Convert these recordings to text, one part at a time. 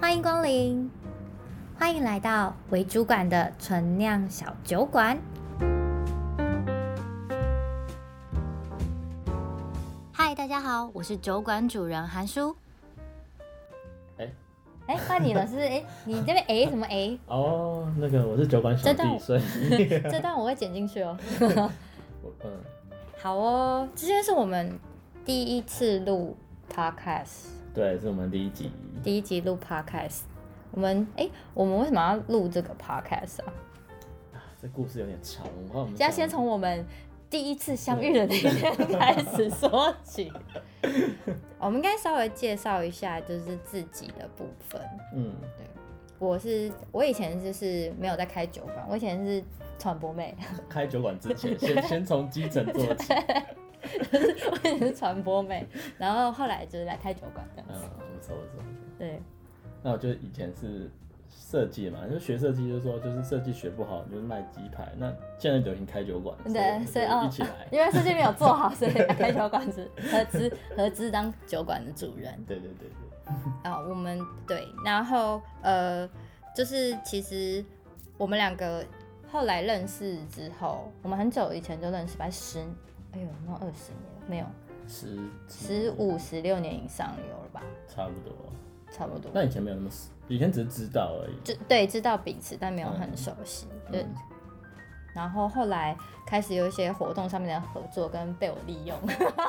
欢迎光临，欢迎来到为主管的纯酿小酒馆。嗨，大家好，我是酒馆主人韩叔。哎哎，换你了， 是不是？哎，你这边哎什么哎？哦，那个我是酒馆小真的弟，所以这段我会剪进去哦。我嗯，好哦，今天是我们第一次录 podcast，对，是我们第一集，第一集录 podcast。我们哎、我们为什么要录这个 podcast 啊？这故事有点长，我怕我们要先从我们第一次相遇的那一天 开始说起。我们应该稍微介绍一下，就是自己的部分。嗯，我是我以前就是没有在开酒馆，我以前是传播妹， 开酒馆之前，先先从基层做起，我以前是传播妹，然后后来就是来开酒馆的。嗯，不错不错。对，那我就以前是设计嘛，就学设计，就是说就是设计学不好，就是卖鸡排。那现在就已经开酒馆，对所以我哦就一起 来，因为设计没有做好，所以开酒馆是合资合资当酒馆的主人。对对对对，啊、我们对，然后呃，就是其实我们两个后来认识之后，我们很久以前就认识，吧，十，哎呦，有没有二十年？没有，十十五、十六年以上有了吧，差不多。差不多。那以前没有那么熟，以前只是知道而已。就对，知道彼此，但没有很熟悉。对，嗯然后后来开始有一些活动上面的合作跟被我利用，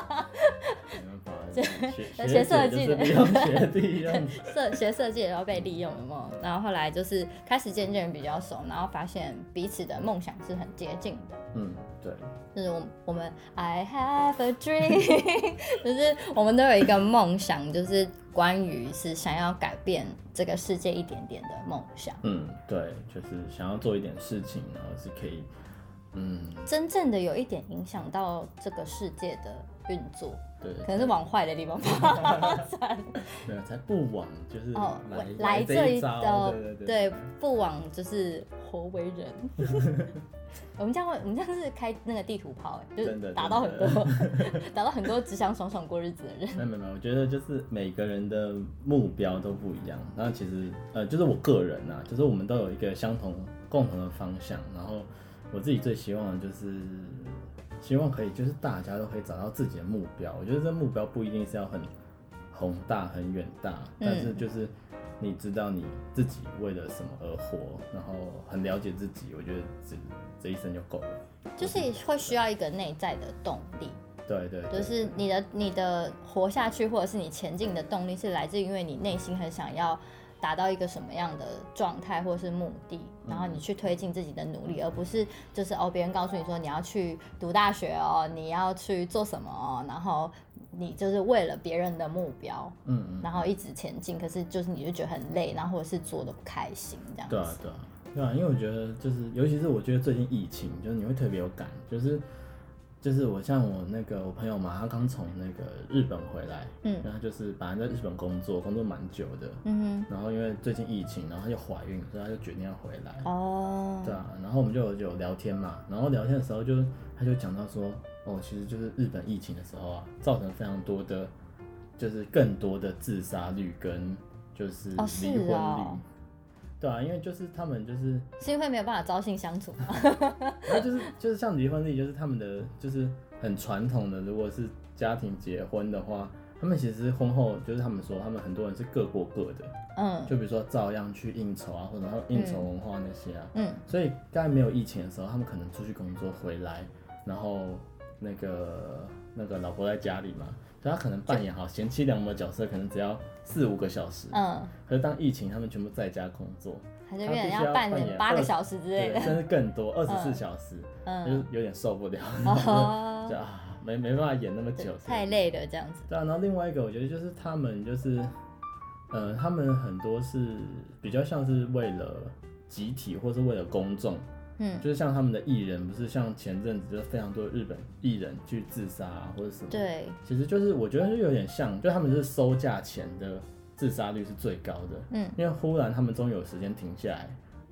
嗯没办法，学学设计姐的就是利用学弟这样子。设学设计也要被利用了嘛。然后后来就是开始渐渐比较熟，然后发现彼此的梦想是很接近的。嗯，对，就是我我们 I have a dream，就是 我们都有一个梦想，就是关于是想要改变这个世界一点点的梦想。嗯，对，就是想要做一点事情，然后是可以，嗯，真正的有一点影响到这个世界的运作，对，可能是往坏的地方发展。没有才不枉，就是哦，来来这一招，招对对，对，不枉就是活为人。 我们这样会，我们这样是开那个地图炮、欸，就真是的打到很真的多， 打到很多只想爽爽过日子的人。没有没有没有，我觉得就是每个人的目标都不一样。然后其实呃，就是我个人啊，就是我们都有一个相同共同的方向。然后我自己最希望的就是希望可以就是大家都可以找到自己的目标。我觉得这目标不一定是要很宏大很远大，但是就是你知道你自己为了什么而活，然后很了解自己，我觉得这这一生就够了。就是会需要一个内在的动力，对对对就是你的你的活下去，或者是你前进的动力，是来自于因为你内心很想要达到一个什么样的状态或是目的，然后你嗯去推进自己的努力，而不是就是哦别人告诉你说你要去读大学哦，你要去做什么哦，然后你就是为了别人的目标，嗯嗯。然后一直前进，可是就是你就觉得很累，然后或者是做的不开心这样对啊子，，对啊，对啊，因为我觉得就是，尤其是我觉得最近疫情，就是你会特别有感，就是就是我像我那个我朋友嘛，他刚从那个日本回来，嗯然后他就是本来在日本工作，工作蛮久的，嗯然后因为最近疫情，然后她就怀孕，所以她就决定要回来，哼，哦，对啊，然后我们就有有聊天嘛，然后聊天的时候就他就讲到说，哦，其实就是日本疫情的时候啊，造成非常多的，就是更多的自杀率跟就是离哦婚是率，哦对啊，因为就是他们就是是因为没有办法朝夕相处吗？ 然后就是就是像离婚率，就是他们的就是很传统的，如果是家庭结婚的话，他们其实婚后就是他们说他们很多人是各过各的，嗯就比如说照样去应酬啊，或者他们应酬文化那些啊，嗯。所以刚才没有疫情的时候，他们可能出去工作回来，然后那个那个老婆在家里嘛，所以他可能扮演好贤妻良母的角色，可能只要四五个小时。嗯，可是当疫情，他们全部在家工作，还是变成他必须要要扮扮成演八个二小时之类对，的。甚至更多，二十四小时，就是嗯，有点受不了，哦，就啊，没没办法演那么久，太累了这样子。对啊，然后另外一个我觉得就是他们就是，呃，他们很多是比较像是为了集体或是为了公众，嗯，就是像他们的艺人，不是像前阵子就是非常多日本艺人去自杀、啊、或者什么，，对，其实就是我觉得是有点像，就他们就是收价钱的自杀率是最高的，嗯，因为忽然他们终于有时间停下来，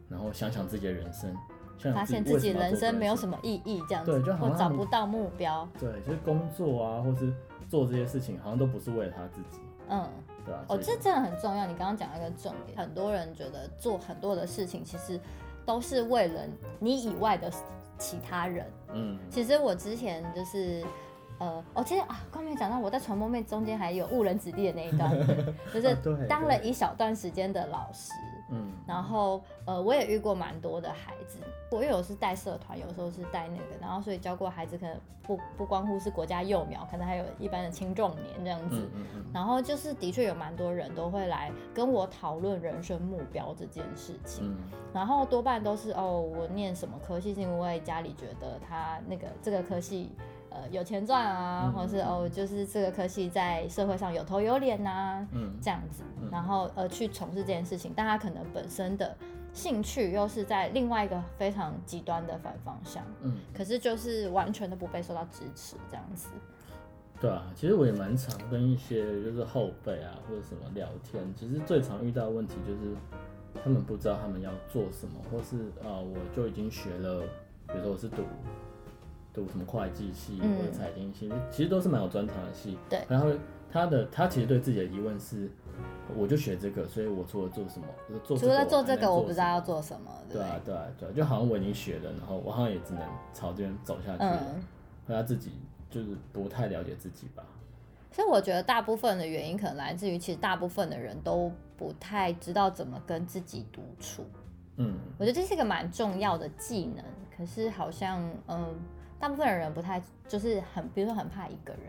然后想想自己的人生，想想发现自自己己为什么人要做这生没有件事什么意义这样子，对就或好像找不到目标。对，就是工作啊，或是做这些事情，好像都不是为了他自己。嗯，对吧、啊？哦，所这以真的很重要。你刚刚讲了一个重点，很多人觉得做很多的事情其实都是为了你以外的其他人。嗯，其实我之前就是，呃，我、其实啊，刚没有讲到，我在传播妹中间还有误人子弟的那一 段，就是啊对当了对一小段时间的老师。嗯然后，呃，我也遇过蛮多的孩子，我有时是带社团，有时候是带那个，然后所以教过孩子，可能不不光乎是国家幼苗，可能还有一般的青壮年这样子。嗯嗯嗯，然后就是的确有蛮多人都会来跟我讨论人生目标这件事情，嗯然后多半都是哦，我念什么科系是因为家里觉得他那个这个科系。呃，有钱赚啊，嗯或是哦，就是这个科系在社会上有头有脸呐、啊嗯这样子嗯，然后呃去从事这件事情，但他可能本身的兴趣又是在另外一个非常极端的反方向，嗯，可是就是完全都不被受到支持，这样子。对啊，其实我也蛮常跟一些就是后辈啊或者什么聊天，其实最常遇到的问题就是他们不知道他们要做什么，或是啊我就已经学了，比如说我是读读什么会计系嗯或者财经系，其实都是蛮有专长的系。对然后他的他其实对自己的疑问是，我就学这个，所以我除了做什么，做这除个了做还能这个，我做不知什么道要做什么，对对不啊对？，对啊，对啊，就好像我已经学了，然后我好像也只能朝这边走下去了。嗯，那他自己就是不太了解自己吧？所以我觉得大部分的原因可能来自于，其实大部分的人都不太知道怎么跟自己独处。嗯我觉得这是一个蛮重要的技能，可是好像嗯，大部分的人不太，就是很，比如说很怕一个人。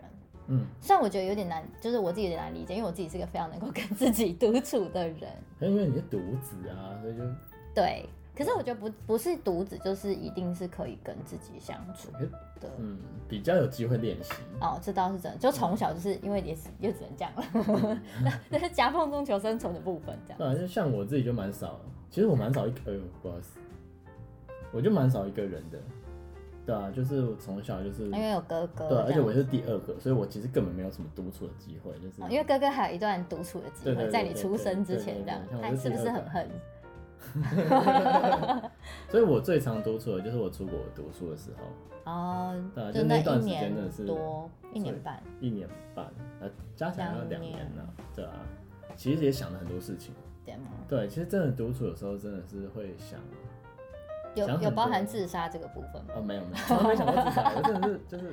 嗯，虽然我觉得有点难，就是我自己有点难理解，因为我自己是一个非常能够 跟自己独处的人，可能因为你是独子啊，所以就对。可是我觉得不不是独子，就是一定是可以跟自己相处的。嗯比较有机会练习。哦，这倒是真的，就从小就是因为也是也只能这样了， 那那是夹缝中求生存的部分，这样。对啊，就像我自己就蛮少，其实我蛮少一个，哎呦，不好意思，我就蛮少一个人的。对啊，就是我从小就是因为有哥哥，对啊、而这且样我是第二个，所以我其实根本没有什么独处的机会，就是哦因为哥哥还有一段独处的机对对会，对在你对出对生之对前对这样对，像我他是是不第是二很个恨？所以我最常独处的就是我出国读书的时候，哦对啊，就就那那一段时间年真的是多，一年所以半，一年半，呃，加起来要两两年年了、对啊。其实也想了很多事情，对吗？对，其实真的独处有时候真的是会想，有想有很包多含自杀这个部分吗？哦，没有没有， 从来没想过自杀，我真的是就是，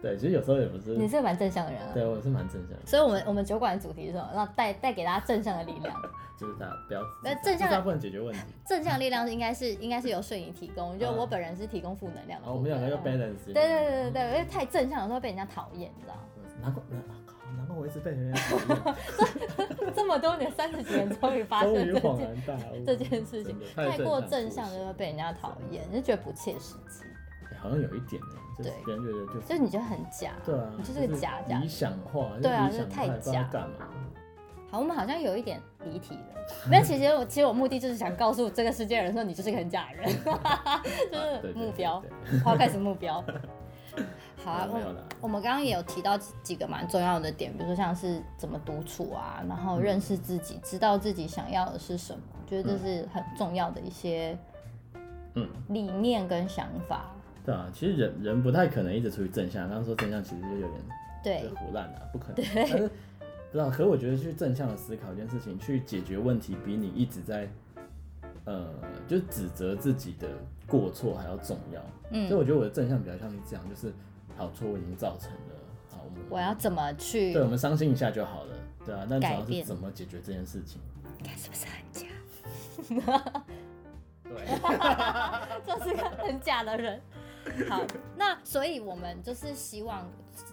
对，其实有时候也不是，你是蛮正向的人啊。对我是蛮正向的，所以我们我们酒馆的主题是什么？让带带给大家正向的力量。就是大家不要自杀，那正向自杀不能解 决问题，正向力量应该是应该是由摄影提供，就嗯我本人是提供负能量然的。哦后我们两个要 balance，对对对对对，因为太正向的时候被人家讨厌，你知道吗？对，难怪难啊靠，难怪我一直被人家讨厌，这么多年三十几年，终于发现 终于这恍件然大 悟这件事情真的，太过正向了就会被人家讨厌，就觉得不切实际，哎好像有一点呢，就是对别人觉得就是就你就很假，对啊，你就是个假假理。想化，对啊理想就是太化不知道假干嘛？好，我们好像有一点离题了。没有，其实我其实我目的就是想告诉这个世界的人说，你就是个很假的 人， 啊就对是对目标对对，抛开始目 标。好啊，没有啦我我们刚刚也有提到几个蛮重要的点，比如说像是怎么独处啊，然嗯后认识自己，知道自己想要的是什么，我觉得这是很重要的一些嗯理念跟想法。对啊，其实人人不太可能一直处于正向，刚刚说正向其实就有点对就，胡乱啊，不可能。但是不知道，可我觉得去正向的思考一件事情，去解决问题，比你一直在呃就指责自己的过错还要重要。嗯所以我觉得我的正向比较像是这样，就是好错误已经造成了，好我们我要怎么去对我们伤心一下就好了，对啊。但主改要是变怎么解决这件事情。看是不是很假？ 对， 这是个很假的人。好，那所以我们就是希望，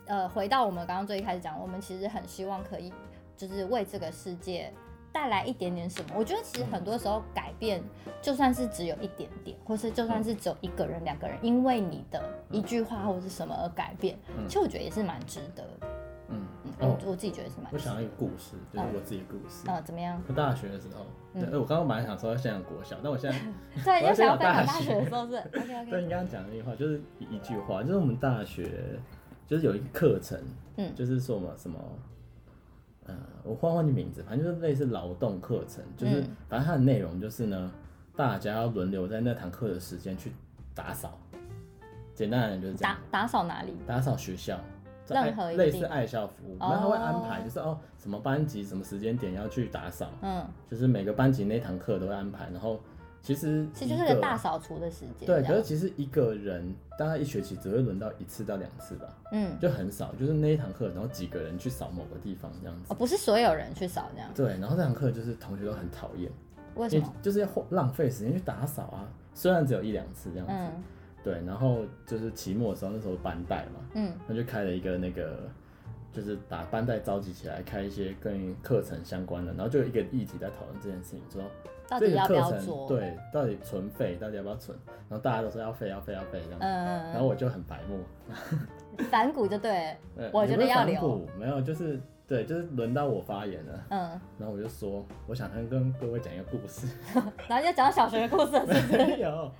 呃，回到我们刚刚最一开始讲，我们其实很希望可以，就是为这个世界带来一点点什么。我觉得其实很多时候改变，就算是只有一点点，或是就算是只有一个人、两个人，因为你的一句话或是什么而改变，嗯其实我觉得也是蛮值得的。嗯嗯，哦，我我自己觉得是蛮我值想得到一个故事，嗯就是我自己的故事。呃，怎么样？我大学的时候，对，嗯呃我刚刚本来想说要先讲国小，但我现 在突然间想要分享我要大先学讲的时候是 OK 对 OK，你刚刚讲的那句话，就是一一句话，就是我们大学就是有一个课程，嗯就是说嘛什么，呃，我换换你名字，反正就是类似劳动课程，就是、嗯反正它的内容就是呢，大家要轮流在那堂课的时间去打扫，简单来讲就是这样打，打扫哪里？打扫学校，这爱任何一个类地似方爱校服务，那他会安排哦就是哦什么班级什么时间点要去打扫，嗯，就是每个班级那堂课都会安排，然后其实其实就一是个个大扫除的时间。对，这可样是其实一个人大概一学期只会轮到一次到两次吧，嗯，就很少，就是那一堂课，然后几个人去扫某个地方这样哦，子。不是所有人去扫这样，对，然后这堂课就是同学都很讨厌，为什因为么？就是要花浪费时间去打扫啊。虽然只有一两次这样子，嗯对。然后就是期末的时候，那时候班带嘛，嗯，那就开了一个那个，就是把班带召集起来，开一些跟课程相关的，然后就有一个议题在讨论这件事情，说到这底个要不课要程做？，对，到底存费，到底要不要存？然后大家都说要费，要费，要费这样子。然后嗯，我就很白目，呃反骨就对了，对我也觉不得是要反留骨，没有，就是对，就是轮到我发言了，嗯，然后我就说，我想跟跟各位讲一个故事， 然后要讲小学的故事了，没有，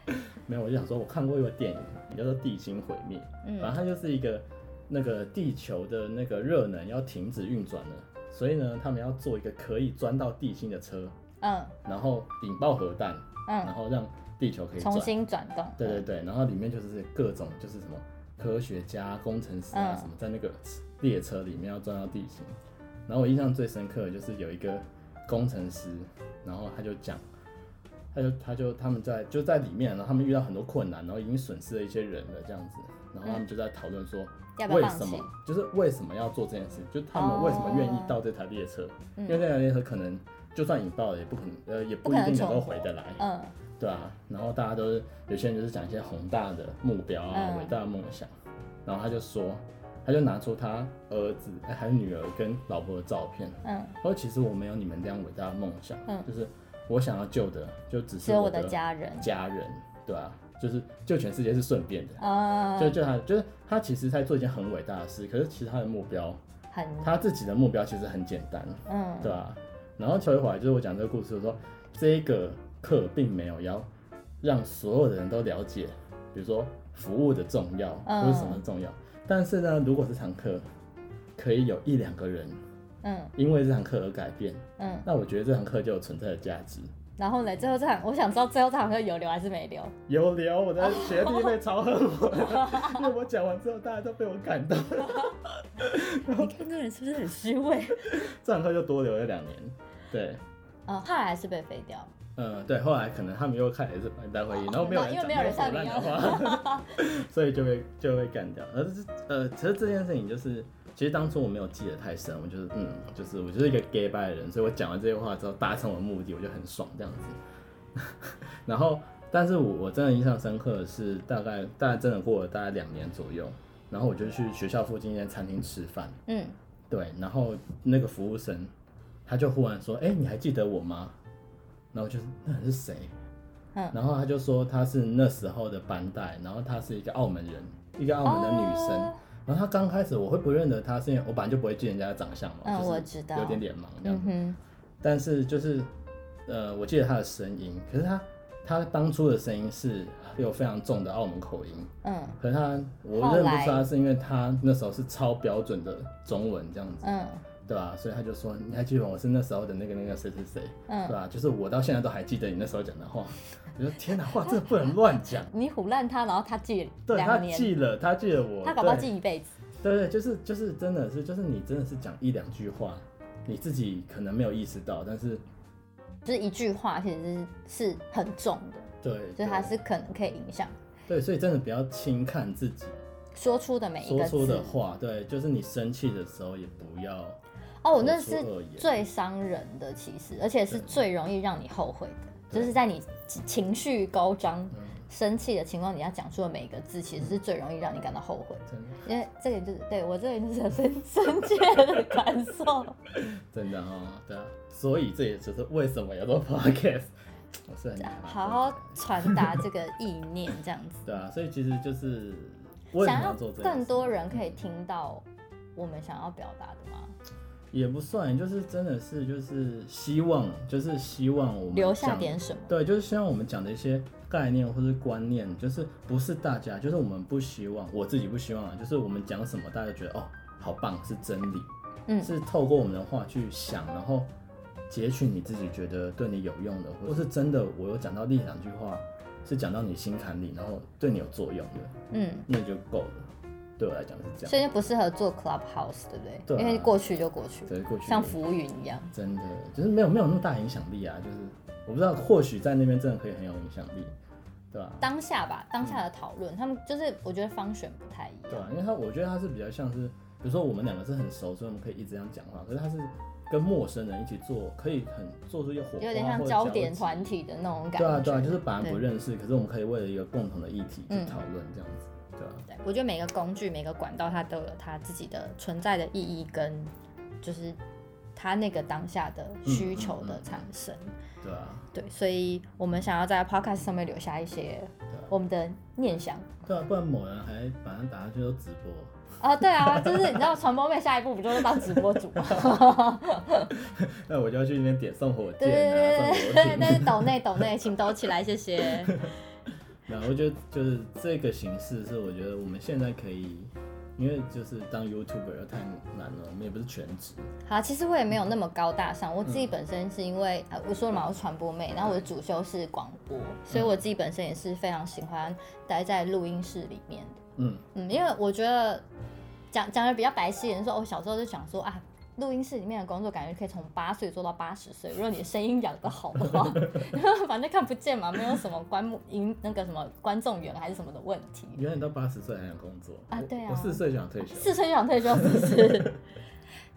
没有，我就想说，我看过一个电影叫做《地心毁灭》，反正嗯它就是一个那个地球的那个热能要停止运转了，所以呢，他们要做一个可以钻到地心的车，嗯然后引爆核弹，然嗯，后让地球可以转重，新转动，嗯对对对，然后里面就是各种就是什么科学家、工程师啊嗯什么，在那个列车里面要钻到地形。然后我印象最深刻的就是有一个工程师，然后他就讲，他就他就他们在就在里面，然后他们遇到很多困难，然后已经损失了一些人了这样子，然后他们就在讨论说嗯要不为要放什么弃？，就是为什么要做这件事，就是他们为什么愿意到这台列车，因为嗯这台列车可能就算引爆了也不可能，呃也不不可一能定能够存活回得来，嗯对啊，然后大家都是有些人就是讲一些宏大的目标啊、嗯伟、大的梦想，然后他就说，他就拿出他儿子、哎还有女儿跟老婆的照片，嗯，他说其实我没有你们这样伟大的梦想，嗯就是我想要救的就只只是有我的的家人，家人，对啊，就是救全世界是顺便的，就嗯，就他就是他其实在做一件很伟大的事，可是其实他的目标，很，他自己的目标其实很简单，嗯对啊，然后邱一华就是我讲这个故事，我说这个课并没有要让所有的人都了解，比如说服务的重要嗯或者什么重要，但是呢，如果这堂课可以有一两个人嗯因为这堂课而改变，嗯，那我觉得这堂课就有存在的价值。然后呢，最后这场，我想知道最后这堂课有留还是没留，有聊，我的学弟妹超恨我的，因为我讲完之后，大家都被我感动， 你看这人是不是很虚 伪？这堂课就多留了两年。对，嗯，后来还是被废掉，嗯，对，后来可能他们又开始是班代会议，然后没有人因为讲，哦没有人像你乱一讲样话， 所以就被就被干掉。而是呃，其实这件事情就是，其实当初我没有记得太深，我就是嗯，就是我就是一个 gay bye 的人，所以我讲完这些话之后，达成我的目的，我就很爽这样子。 然后，但是我我真的印象深刻的是，大概大概真的过了大概两年左右，然后我就去学校附近一间餐厅吃饭，嗯对，然后那个服务生他就忽然说：“哎、你还记得我吗？”然后我就是那人是谁？嗯，然后他就说他是那时候的班带，然后他是一个澳门人，一个澳门的女生。哦然后他刚开始我会不认得他，是因为我本来就不会记人家的长相嘛，嗯就是我知道有点脸盲这样嗯子。哼，但是就是呃，我记得他的声音，可是他他当初的声音是有非常重的澳门口音，嗯可是他我后认不来出他是因为他那时候是超标准的中文这样子。嗯对吧、所以他就说，你还记得我是那时候的那个那个谁谁谁，对嗯，吧、就是我到现在都还记得你那时候讲的话。我就说天哪，话真的不能乱讲。你唬烂他，然后他记对他两年，记了，他记了我，他搞不好对记一辈子，对对，就是就是真的是就是你真的是讲一两句话，你自己可能没有意识到，但是就是一句话其实是是很重的，对，就是他对是可能可以影响对，所以真的不要轻看自己说出的每一说个出字的。话，对，就是你生气的时候也不要哦，我口那出是恶言最伤人的，其实，而且是对最容易让你后悔的，对就是在你情情绪高涨嗯、生气的情况底下讲出的每一个字，其实是最容易让你感到后悔的。真的因为这个就是对我这个就是很深深切的感 受，真的哦，对啊，所以这也就是为什么要做 podcast，我是很难啊好真好的传达这个意念，这样子，对啊，所以其实就是为什想么要做这件更事嗯多人可以听到我们想要表达的吗？也不算，就是真的是就是希望，就是希望我们留下讲点什么？对，就是希望我们讲的一些概念或是观念，就是不是大家，就是我们不希望，我自己不希望啊，就是我们讲什么，大家觉得哦，好棒，是真理，嗯是透过我们的话去想，然后截取你自己觉得对你有用的，或是真的我有讲到另两句话，是讲到你心坎里，然后对你有作用的，嗯，那就够了。对我来讲是这样。所以就不适合做 clubhouse，对不对？对啊因为过去就过去，对，过去像浮云一样。真的就是没有没有那么大影响力啊，就是我不知道，或许在那边真的可以很有影响力，对吧、当下吧，当下的讨论，他们就是我觉得方选不太一嗯对样。啊，因为他我觉得他是比较像是，比如说我们两个是很熟，所以我们可以一直这样讲话。可是他是跟陌生人一起做，可以很做出一些火花，有点像或者焦点集团体的那种感对觉。啊对啊，就是本来对不认识，可是我们可以为了一个共同的议题去嗯讨论这样子，对啊，对我觉得每个工具、每个管道，它都有它自己的存在的意义跟，就是它那个当下的嗯需求的产生。对啊，对，所以我们想要在 podcast 上面留下一些啊我们的念想。对啊，不然某人还把他打下去都直 播，啊，对啊，就是你知道传播妹下一步不就是当直播主吗？那我就要去那边点送火对箭啊， 送对对对 对，火但箭。是抖内抖内，请抖起来，谢谢。然后就就是这个形式是我觉得我们现在可以，因为就是当 YouTuber 又太难了，我们也不是全职，好，其实我也没有那么高大上，我自己本身是因为、呃我说了嘛，我是传播妹，然后我的主修是广播，所以我自己本身也是非常喜欢待在录音室里面的。嗯，嗯，因为我觉得讲讲的比较白皙一点，说我哦小时候就想说啊。录音室里面的工作，感觉可以从八岁做到八十岁。如果你的声音养得好的话， 反正看不见嘛，没有什么观幕音那个什么观众缘还是什么的问题。原来你到八十岁还想工作啊我对啊我四十岁就想退休，四岁就想退休，是不是？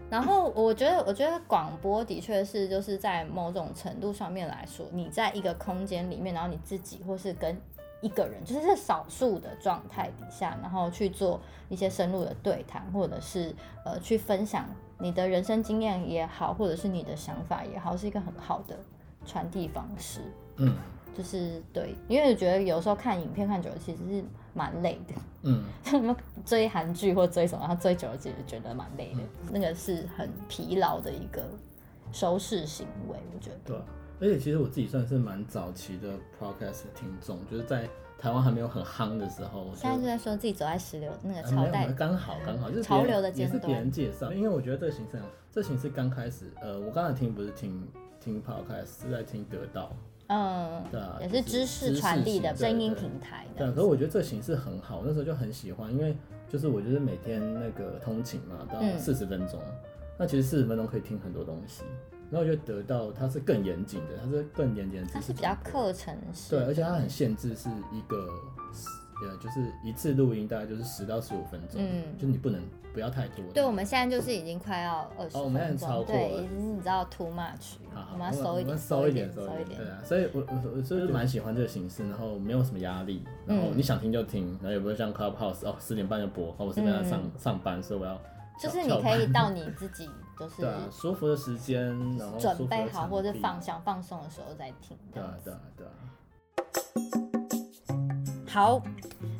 然后我觉得，我觉得广播的确是，就是在某种程度上面来说，你在一个空间里面，然后你自己或是跟一个人，就是在少数的状态底下，然后去做一些深入的对谈，或者是呃去分享你的人生经验也好，或者是你的想法也好，是一个很好的传递方式。嗯就是对，因为我觉得有时候看影片看久了，其实是蛮累的。嗯，什么追韩剧或追什么，然后追久了其实觉得蛮累的，嗯那个是很疲劳的一个收视行为，我觉得。对啊、而且其实我自己算是蛮早期的 podcast 的听众，就是在台湾还没有很夯的时候，我就现在就在说自己走在石流那个啊没朝有代没有，刚好刚好就是潮别人流的也是尖端别人介绍，因为我觉得这个形式很好，这形式刚开始，呃，我刚才听不是听听 podcast，是在听得到，嗯，对啊也就是是知识呃知识传递型的对声音对平台对啊，的。可是我觉得这形式很好，那时候就很喜欢，因为就是我就是每天那个通勤嘛，到嗯四十分钟，那其实四十分钟可以听很多东西，然后我觉得得到它是更严谨的，它是更严谨的知它识传播，是比较课程式对，，而且它很限制是一个，呃，就是一次录音大概就是十到十五分钟，嗯就你不能不要太多。对，我们现在就是已经快要二十哦我们现分在超钟，过对，了已经是你知道 too much，好好，我们要收一啊我点，们收一一点，收收一一点对。啊，所以我我我所以就蛮喜欢这个形式，然后没有什么压力，然后嗯你想听就听，然后也不会像 Clubhouse 哦，十点半就播，哦，我是在那上、嗯上班，所以我要就翘是你翘可班以到你自己就是对啊，舒服的时间，然后舒准服备的好场或者地放想放松的时候再听。这对样啊子对啊对啊，好，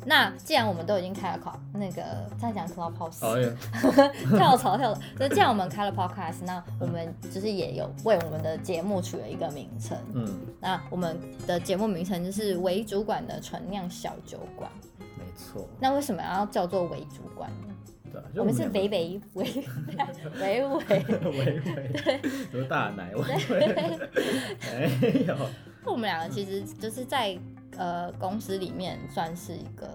那既然我们都已经开了 club 那个在讲 clubhouse，、哦耶， 跳槽跳槽，那既然我们开了 podcast，那我们就是也有为我们的节目取了一个名称。嗯，那我们的节目名称就是“为主管的纯酿小酒馆没错”。，那为什么要叫做“为主管”呢？对啊，就我们是两个维维维维维， 维维，多大奶维维， 没有，我们两个其实就是在呃公司里面算是一个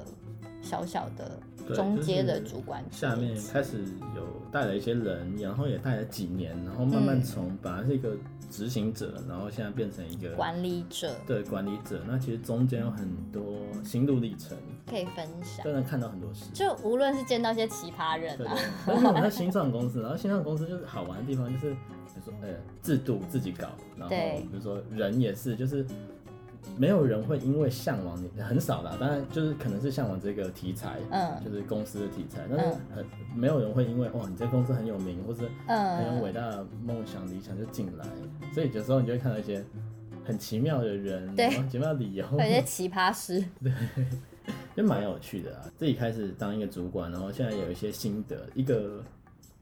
小小的对中阶的就是主管职下面开始有带了一些人，然后也带了几年，然后慢慢从本来是一个执行者，然后现在变成一个管理者，对管理者，那其实中间有很多心路历程，可以分享。真的看到很多事。就无论是见到一些奇葩人对对啊，对，但是我们在新创公司，然后新创公司就是好玩的地方就是，比如说呃制度自己搞，然后对比如说人也是，就是没有人会因为向往你很少啦，当然就是可能是向往这个题材，嗯就是公司的题材，但是很没有人会因为哦你在公司很有名，或是很有嗯，伟大的梦想理想就进来，所以有时候你就会看到一些很奇妙的人，对然后奇妙的理由，有一些奇葩事，就蛮有趣的啊。自己开始当一个主管，然后现在有一些心得，一个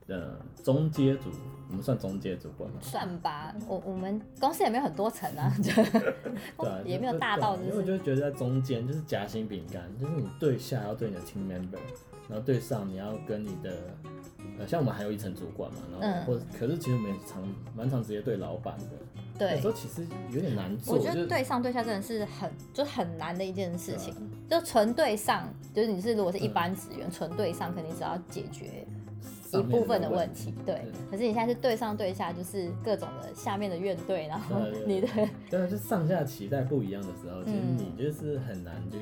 呃中阶主，我们算中阶主管吗？算吧。我我们公司也没有很多层 啊，就对啊，也没有大到就就因为我是就觉得在中间就是夹心饼干，就是你对下要对你的 team member，然后对上你要跟你的。呃，像我们还有一层主管嘛，然后嗯或、可是其实我们也常蛮常直接对老板的，对有时候其实有点难做。我觉就得是对上对下真的是很就很难的一件事情，对啊嗯就纯对上，就是你是如果是一般职员，纯对上肯定只要解决一上面部分的问问题，对。可是你现在是对上对下，就是各种的下面的怨对，然后对对你的对啊，就上下期待不一样的时候，其实嗯你就是很难去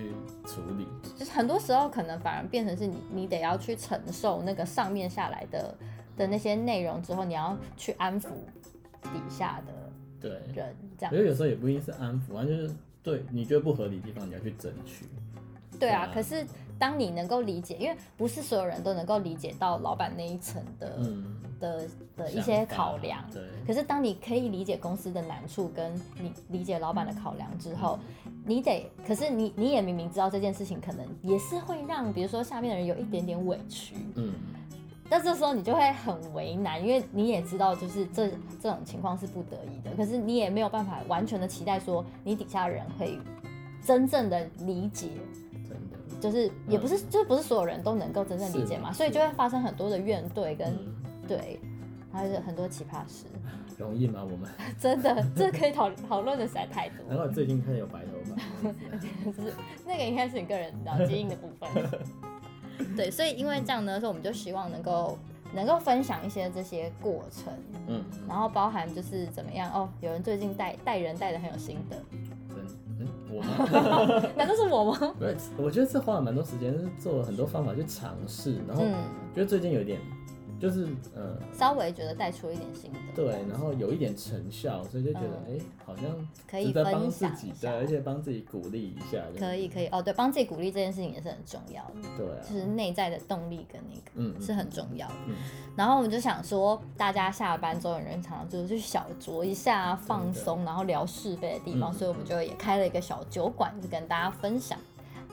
处理。就是很多时候可能反而变成是你你得要去承受那个上面下来的的那些内容之后，你要去安抚底下的对，人，这样啊因为有时候也不一定是安抚，反正就是对你觉得不合理的地方，你要去争取。对啊对啊，可是当你能够理解，因为不是所有人都能够理解到老板那一层的、嗯，的的一想些法考量。对，可是当你可以理解公司的难处，跟你理解老板的考量之后，你得，可是你你也明明知道这件事情可能也是会让，比如说下面的人有一点点委屈，嗯，但这时候你就会很为难，因为你也知道，就是这这种情况是不得已的，可是你也没有办法完全的期待说你底下的人可以真正的理解真的，就是也不是，就是不是所有人都能够真正理解嘛，嗯是所以就会发生很多的怨怼跟、嗯，对，还有很多奇葩事， 容易吗？我们，真的，这可以讨讨论的实在太多难了。怪最近开始有白头发。就是那个应该是你个人脑基因的部分。 对，所以因为这样呢，所以我们就希望能够能够分享一些这些过程，嗯，然后包含就是怎么样哦，有人最近带带人带的很有心得，真的，嗯，我 吗？难道是我吗？不是，我觉得这花了蛮多时间，就是做了很多方法去尝试，然后嗯，觉得最近有点，就是呃， 稍微觉得带出一点心得，对，然后有一点成效，所以就觉得哎、嗯诶好像可以值得帮分自享己一对，下。而且帮自己鼓励一下，可以可以哦，对，帮自己鼓励这件事情也是很重要的，对啊就，是内在的动力跟那个嗯，嗯是很重要的。嗯然后我们就想说，大家下班之后，有人常常就是去小酌一下啊、放松，然后聊是非的地方，嗯所以我们就也开了一个小酒馆，就跟大家分享，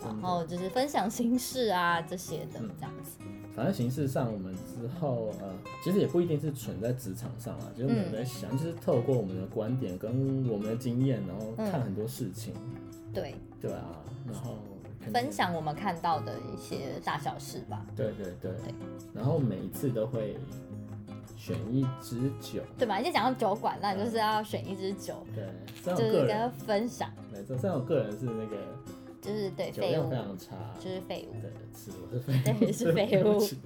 然后就是分享心事啊这些的嗯这样子。反正形式上，我们之后呃，其实也不一定是存在职场上啊，就是我嗯们在想，就是透过我们的观点跟我们的经验，然后嗯看很多事情，对，对啊，然后可能分，享我们看到的一些大小事吧，对对对，然后每一次都会选一支酒，对吧？一讲到酒馆，那你就是要选一支酒，对，虽然就嗯我个是跟他人分享，没错，虽然我个人是那个就是对酒废量物非，常差，就是废物。对，是我是废物，对是废物对不起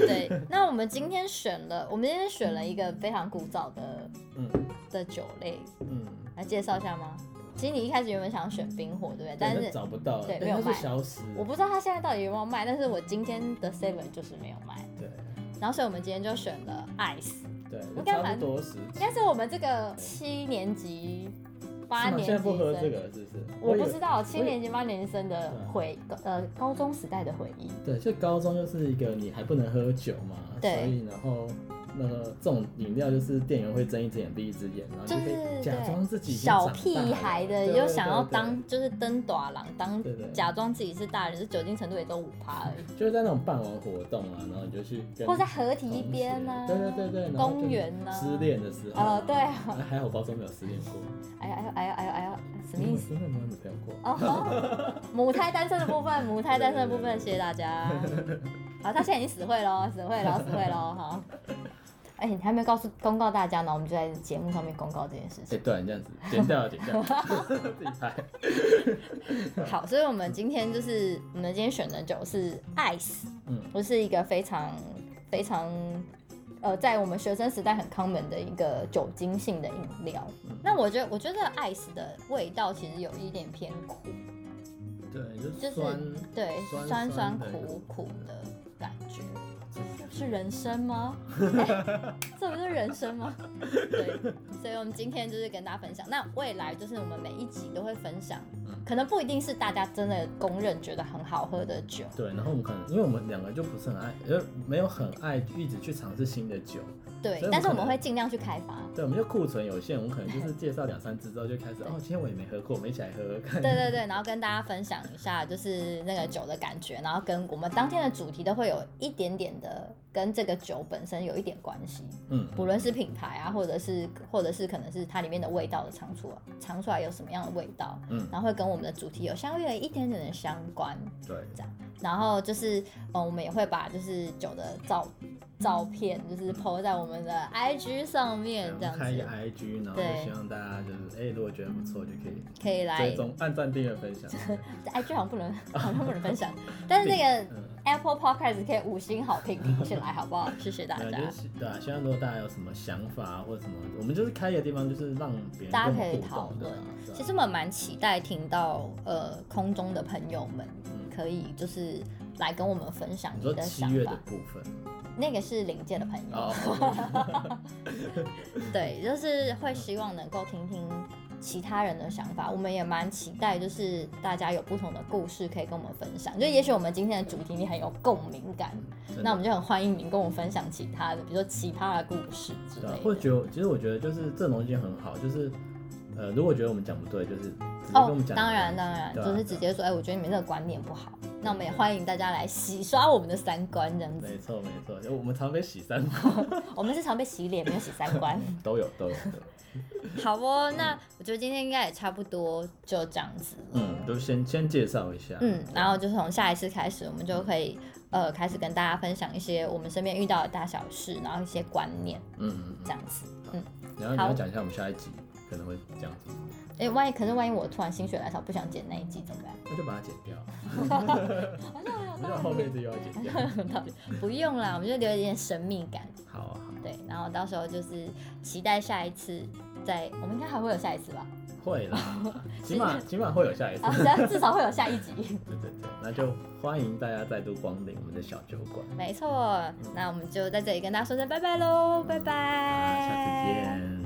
对，那我们今天选了，我们今天选了一个非常古早的嗯的酒类嗯，来介绍一下吗？其实你一开始原本想选冰火，对不对？但对是找不到，对但没有它卖是消失，我不知道它现在到底有没有卖，但是我今天的 Seven 就是没有卖，对然后所以我们今天就选了 Ice，对，应就该差蛮不多十几应该是我们这个七年级、八是吗年级现在不生，喝这个是不是？我以不为知。道七年级、八年级生的对啊回呃高中时代的回忆，对，就高中就是一个你还不能喝酒嘛，对所以然后那个这种饮料就是店员会睁一只眼闭一只眼，然后就你可是以假装自对己已经小长屁大了孩的，对又想要对对当就是登短郎，当对对假装自己是大人，就是酒精程度也都五趴而已。就是在那种办完活动啊，然后你就去跟或在河堤同学边呢、对对对对，然后就公园呢、啊失恋的时候，呃，对啊，还还好高中没有失恋过，哎呀哎呀哎呀哎呀哎呀，什么因为意 思？因为没有女朋友过。哦，母胎单身的部分，母胎单身的部分，谢谢大家。好，他现在已经死会喽，死会喽，死会喽，好。哎、你还没有告诉公告大家呢，我们就在节目上面公告这件事哎，情。对，你这样子剪掉剪掉， 自己拍。好，所以我们今天就是我们今天选的酒是 Ice，嗯不是一个非常非常呃，在我们学生时代很 common 的一个酒精性的饮料。那我觉得，我觉得 Ice 的味道其实有一点偏苦，对，就就是酸，对，酸酸酸的苦苦苦的感觉。这是人生 吗？这不是人生吗？对，所以我们今天就是跟大家分享。那未来就是我们每一集都会分享，嗯可能不一定是大家真的公认觉得很好喝的酒，对，然后我们可能因为我们两个就不是很爱，呃，没有很爱一直去尝试新的酒，对所以我们可能，嗯但是我们会尽量去开发。对，我们就库存有限，我们可能就是介绍两三支之后就开始，哦，今天我也没喝过，我们一起来喝喝看。对对对，然后跟大家分享一下就是那个酒的感觉，然后跟我们当天的主题都会有一点点的跟这个酒本身有一点关系。嗯，不论是品牌啊，或者是或者是可能是它里面的味道的尝出尝出来有什么样的味道，嗯然后会跟我们的主题有相对一点点的相关，对，然后就是呃，我们也会把就是酒的照照片，就是 PO 在我们的 IG 上面我这样们开一个子， IG，然后对就希望大家就是，哎、如果觉得不错就可以可以来追。踪、按赞、订阅、分享。 IG 好像不能， 好像不能分享，但是那个嗯， Apple Podcast 可以五星好评评起来，好不好？谢谢大对，家就。是对啊，希望如果大家有什么想法啊或者什么，我们就是开一个地方，就是让别人大家跟可我以们讨互动的论啊。对啊其实我们蛮期待听到呃空中的朋友们嗯可以就是来跟我们分享你你说的七想月的法。部 分那个是临界的朋友， 哦， 对，就是会希望能够听听其他人的想法。我们也蛮期待，就是大家有不同的故事可以跟我们分享。就也许我们今天的主题你很有共鸣感，真的那我们就很欢迎您跟我们分享其他的，比如说奇葩的故事之对类啊的。或者觉得，其实我觉得就是这种东西很好，就是呃，如果觉得我们讲不对，就是直接跟我哦们，讲。当然当然，对啊就是直接说，哎、我觉得你们这个观念不好。那我们也欢迎大家来洗刷我们的三观，这样子。没错没错，就我们常被洗三包，我们是常被洗脸，没有洗三观。 都有都有的。好哦，那我觉得今天应该也差不多就这样子了。嗯，都先先介绍一下。嗯，然后就从下一次开始，我们就可以呃开始跟大家分享一些我们身边遇到的大小事，然后一些观念嗯嗯这样子。嗯，然后你好要讲一下我们下一集可能会这样子，哎、万一可是万一我突然心血来潮不想剪那一集怎么办？那就把它剪掉，好像不要后面这又要剪 掉。有道理，不用啦，我们就留一点神秘感。好啊好啊，对，然后到时候就是期待下一次再，我们应该还会有下一次 吧？会啦，起码起码会有下一次啊，。至少至少会有下一集。对对对，那就欢迎大家再度光临我们的小酒馆，没错，那我们就在这里跟大家说声拜拜喽，拜拜，下次见。